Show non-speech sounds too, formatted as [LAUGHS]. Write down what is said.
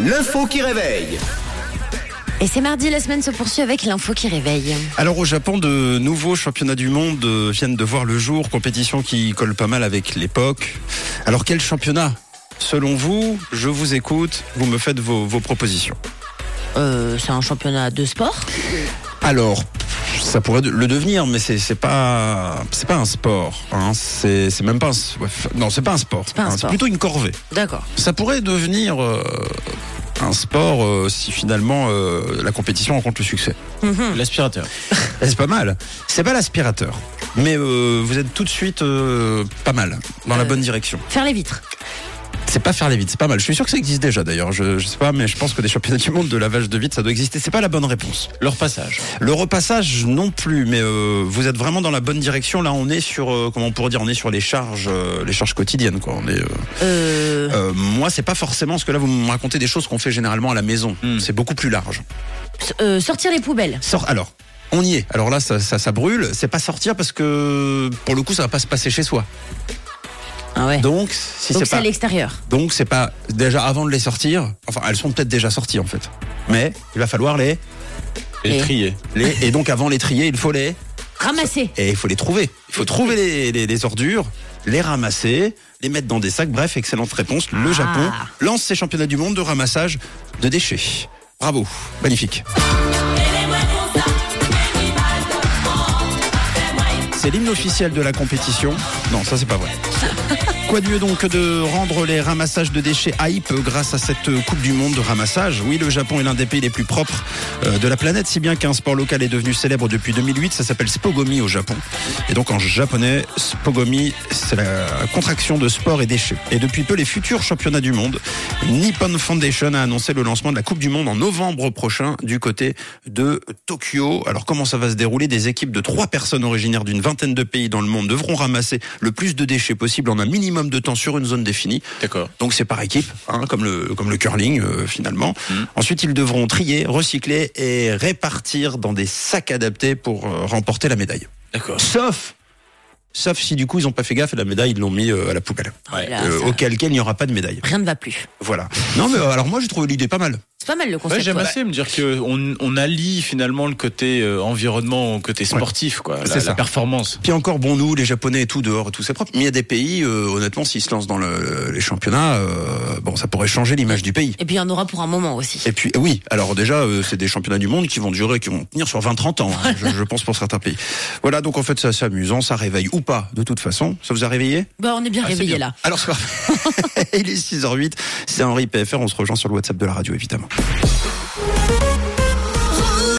L'info qui réveille. Et c'est mardi, la semaine se poursuit avec l'info qui réveille. Alors au Japon, de nouveaux championnats du monde euh, viennent de voir le jour, compétition qui colle pas mal avec l'époque. Alors quel championnat Selon vous, je vous écoute, vous me faites vos, vos propositions. Euh, c'est un championnat de sport. Alors, ça pourrait de- le devenir, mais c'est c'est pas c'est pas un sport. Hein. C'est c'est même pas un, s- ouais, f- non c'est pas un sport. pas un hein, sport. plutôt une corvée. D'accord. Ça pourrait devenir euh, un sport euh, si finalement euh, la compétition rencontre le succès. L'aspirateur. Eh, [LAUGHS] C'est pas mal. C'est pas l'aspirateur. Mais euh, vous êtes tout de suite euh, pas mal, dans la Euh. bonne direction. Faire les vitres. C'est pas faire les vides, c'est pas mal. Je suis sûr que ça existe déjà d'ailleurs. Je, je sais pas, mais je pense que des championnats du monde de lavage de vides, ça doit exister. C'est pas la bonne réponse. Leur passage. Le repassage non plus, mais euh, vous êtes vraiment dans la bonne direction. Là, on est sur, euh, comment on pourrait dire, on est sur les charges, euh, les charges quotidiennes. Quoi. On est, euh, Euh, euh, moi, c'est pas forcément parce que là, vous me racontez des choses qu'on fait généralement à la maison. Hmm. C'est beaucoup plus large. s- euh, sortir les poubelles. Sort- alors, on y est. Alors là, ça, ça, ça brûle. C'est pas sortir parce que pour le coup, ça va pas se passer chez soi. Ah ouais. Donc, Donc, si c'est c'est à pas, l'extérieur. donc c'est pas déjà avant de les sortir. Enfin, elles sont peut-être déjà sorties en fait. Mais il va falloir les, Et Et- trier. les et donc avant les trier, il faut les Ramasser. et il faut les trouver. Il faut trouver les, les- les ordures, les ramasser, les mettre dans des sacs. Bref, excellente réponse. Le Ah. Japon lance ses championnats du monde de ramassage de déchets. Bravo, magnifique. C'est l'hymne officiel de la compétition. Non, ça c'est pas vrai. Quoi de mieux donc que de rendre les ramassages de déchets hype grâce à cette Coupe du Monde de ramassage Oui, le Japon est l'un des pays les plus propres euh, de la planète, si bien qu'un sport local est devenu célèbre depuis 2008, ça s'appelle Spogomi au Japon. Et donc en japonais, Spogomi, c'est la contraction de sport et déchets. Et depuis peu, les futurs championnats du monde, Nippon Foundation a annoncé le lancement de la Coupe du Monde en novembre prochain du côté de Tokyo. Alors comment ça va se dérouler Des équipes de trois personnes originaires d'une vingtaine de pays dans le monde devront ramasser le plus de déchets possible en un minimum de temps sur une zone définie. D'accord. Donc c'est par équipe, hein, comme le comme le curling euh, finalement. Mhm. Ensuite, ils devront trier, recycler et répartir dans des sacs adaptés pour euh, remporter la médaille. D'accord. Sauf sauf si du coup ils n'ont pas fait gaffe et la médaille ils l'ont mis euh, à la poubelle. Ouais. Oh Là, Euh, ça- auquel cas il n'y aura pas de médaille. Rien ne va plus. Voilà. Non mais euh, alors moi j'ai trouvé l'idée pas mal. C'est pas mal le Ouais, concept. j'aime quoi. assez me dire que on, on allie finalement le côté euh, environnement au côté sportif, quoi. La, C'est la ça. performance. Puis encore bon nous les japonais et tout dehors et tout c'est propre. Mais il y a des pays euh, honnêtement s'ils se lancent dans le- les championnats euh, bon ça pourrait changer l'image du pays. Et puis il y en aura pour un moment aussi. Et puis oui, alors déjà euh, c'est des championnats du monde qui vont durer, qui vont tenir sur 20-30 ans, hein, je, je pense pour certains pays. Voilà, donc en fait ça c'est amusant, ça réveille ou pas de toute façon. Ça vous a réveillé Bah, on est bien Ah, c'est réveillés bien. là. Alors [LAUGHS] c'est parfait. Il est 6h08, c'est Henri PFR, on se rejoint sur le WhatsApp de la radio évidemment.